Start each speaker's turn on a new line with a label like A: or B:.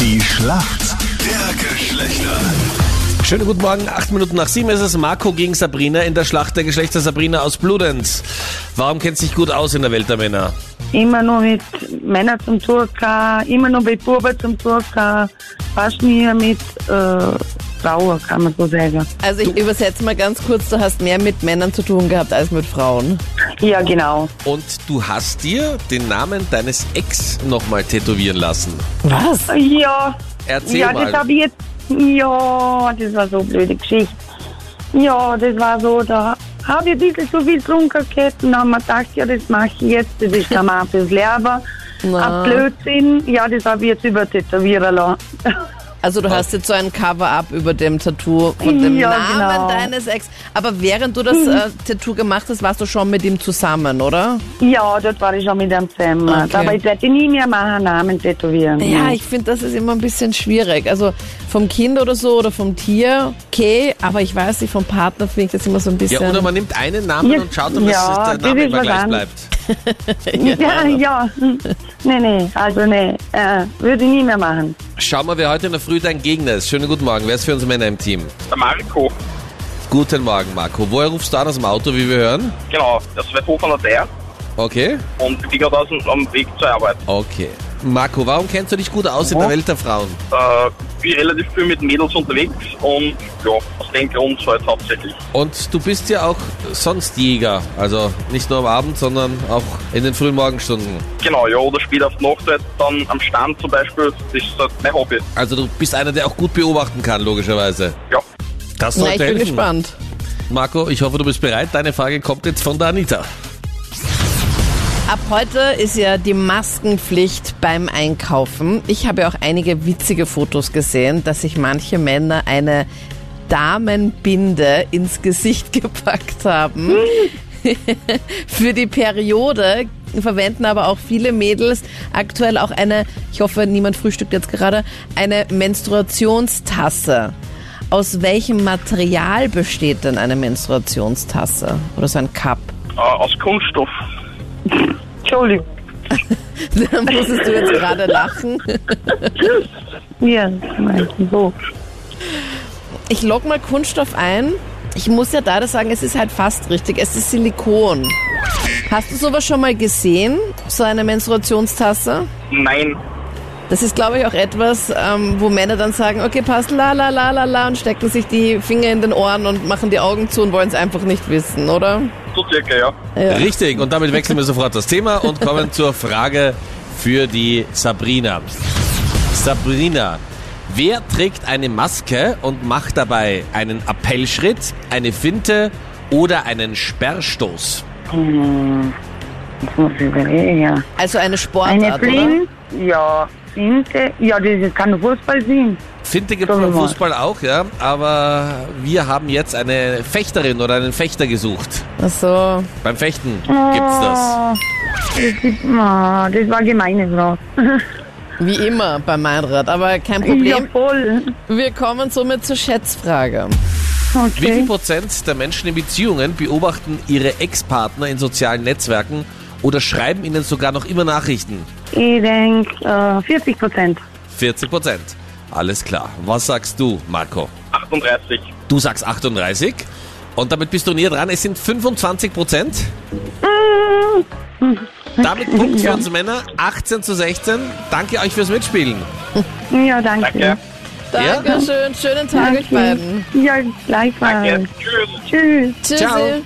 A: Die Schlacht der Geschlechter.
B: Schönen guten Morgen, acht Minuten nach sieben ist es Marco gegen Sabrina in der Schlacht der Geschlechter Sabrina aus Bludenz. Warum kennt sich gut aus in der Welt der Männer?
C: Immer nur mit Männern zum Turka, immer nur mit Buben zum Turka, fast nie mit äh, Frauen, kann man so sagen.
D: Also ich übersetze mal ganz kurz, du hast mehr mit Männern zu tun gehabt als mit Frauen.
C: Ja, genau.
B: Und du hast dir den Namen deines Ex nochmal tätowieren lassen.
D: Was?
C: Ja,
B: Erzähl
C: ja
B: mal.
C: das habe ich jetzt. Ja, das war so eine blöde Geschichte. Ja, das war so, da habe ich ein bisschen zu viel getrunken gehabt und dann haben wir gedacht, ja, das mache ich jetzt, das ist der Mann fürs Leben.
D: Na.
C: Ein Blödsinn, ja, das habe ich jetzt übertätowieren lassen.
D: Also du hast jetzt so ein Cover-up über dem Tattoo und dem
C: Ja,
D: Namen
C: genau.
D: deines Ex. Aber während du das äh, Tattoo gemacht hast, warst du schon mit ihm zusammen, oder?
C: Ja, dort war ich schon mit einem zusammen.
D: Okay.
C: Aber ich werde nie mehr machen, Namen tätowieren.
B: Mhm.
D: Ja, ich finde, das ist immer ein bisschen schwierig. Also vom Kind oder so oder vom Tier, okay, aber ich weiß nicht, vom Partner finde ich das immer so ein bisschen...
B: Ja, oder man nimmt einen Namen
C: Ja,
B: und schaut, ob es
C: ja,
B: der
C: das
B: Name
C: ist
B: immer
C: was
B: gleich
C: anderes.
B: bleibt.
C: Ja, ja. hm. Nee, nee, also nee. Äh, würde ich nie mehr machen.
B: Schau mal, wer heute in der Früh dein Gegner ist. Schönen guten Morgen, wer ist für uns Männer im Team?
E: Der Marco,
B: Guten Morgen, Marco. Woher rufst du an aus dem Auto, wie wir hören?
E: genau, das ist Hofer der
B: Okay.
E: und ich bin gerade aus dem- am Weg zur Arbeit.
B: Okay. Marco, warum kennst du dich gut aus in der Welt der Frauen?
E: Äh, bin relativ viel mit Mädels unterwegs und ja, aus dem Grund halt hauptsächlich.
B: Und du bist ja auch sonst Jäger. Also nicht nur am Abend, sondern auch in den frühen Morgenstunden.
E: Genau, ja, oder später auf Nachtzeit dann am Stand zum Beispiel, das ist halt mein Hobby.
B: Also du bist einer, der auch gut beobachten kann, logischerweise.
E: Ja,
B: Das
D: Na, ich bin gespannt.
B: Marco, ich hoffe, du bist bereit. Deine Frage kommt jetzt von der Anita.
D: Ab heute ist ja die Maskenpflicht beim Einkaufen. Ich habe auch einige witzige Fotos gesehen, dass sich manche Männer eine Damenbinde ins Gesicht gepackt haben. Für die Periode verwenden aber auch viele Mädels aktuell auch eine, ich hoffe, niemand frühstückt jetzt gerade, eine Menstruationstasse. Aus welchem Material besteht denn eine Menstruationstasse oder so ein Cup?
E: äh, aus Kunststoff.
C: Entschuldigung.
D: Da musstest du jetzt gerade lachen.
C: Ja, ich mein, so.
D: Ich log mal Kunststoff ein. Ich muss ja da das sagen, es ist halt fast richtig. Es ist Silikon. Hast du sowas schon mal gesehen? So eine Menstruationstasse?
E: Nein,
D: Das ist, glaube ich, auch etwas, ähm, wo Männer dann sagen, okay, passt, la, la, la, la, la, und stecken sich die Finger in den Ohren und machen die Augen zu und wollen es einfach nicht wissen, oder?
E: so circa, ja.
D: Ja.
B: Richtig, und damit wechseln wir sofort das Thema und kommen zur Frage für die Sabrina. Sabrina, wer trägt eine Maske und macht dabei einen Appellschritt, eine Finte oder einen Sperrstoß?
C: Ich muss überlegen, ja.
D: Also eine Sportart,
C: Eine
D: oder?
C: Flint? Ja. Flinte? Ja, das kann nur Fußball sein.
B: Finte gibt es
C: Schauen wir
B: beim
C: mal.
B: Fußball auch, ja, aber wir haben jetzt eine Fechterin oder einen Fechter gesucht.
D: Ach so.
B: Beim Fechten gibt's das.
C: Ah, das, ist, ah, das war gemeine Frau.
D: Wie immer beim Meinrad, aber kein
C: Ja,
D: Problem.
C: voll.
D: Wir kommen somit zur Schätzfrage.
B: Wie viel
C: Okay.
B: Prozent der Menschen in Beziehungen beobachten ihre Ex-Partner in sozialen Netzwerken oder schreiben ihnen sogar noch immer Nachrichten?
C: Ich denke, äh, 40 Prozent.
B: 40 Prozent. Alles klar. Was sagst du, Marco?
E: 38.
B: Du sagst 38 und damit bist du näher dran. Es sind 25 Prozent.
C: Ah.
B: Damit Punkt für uns Männer. 18 zu 16. Danke euch fürs Mitspielen.
C: Ja, danke.
E: Danke,
B: Ja.
D: Dankeschön, schönen Tag euch beiden.
C: Ja, gleichfalls.
E: danke, tschüss.
C: Tschüss.
D: Tschüssi.
B: Ciao.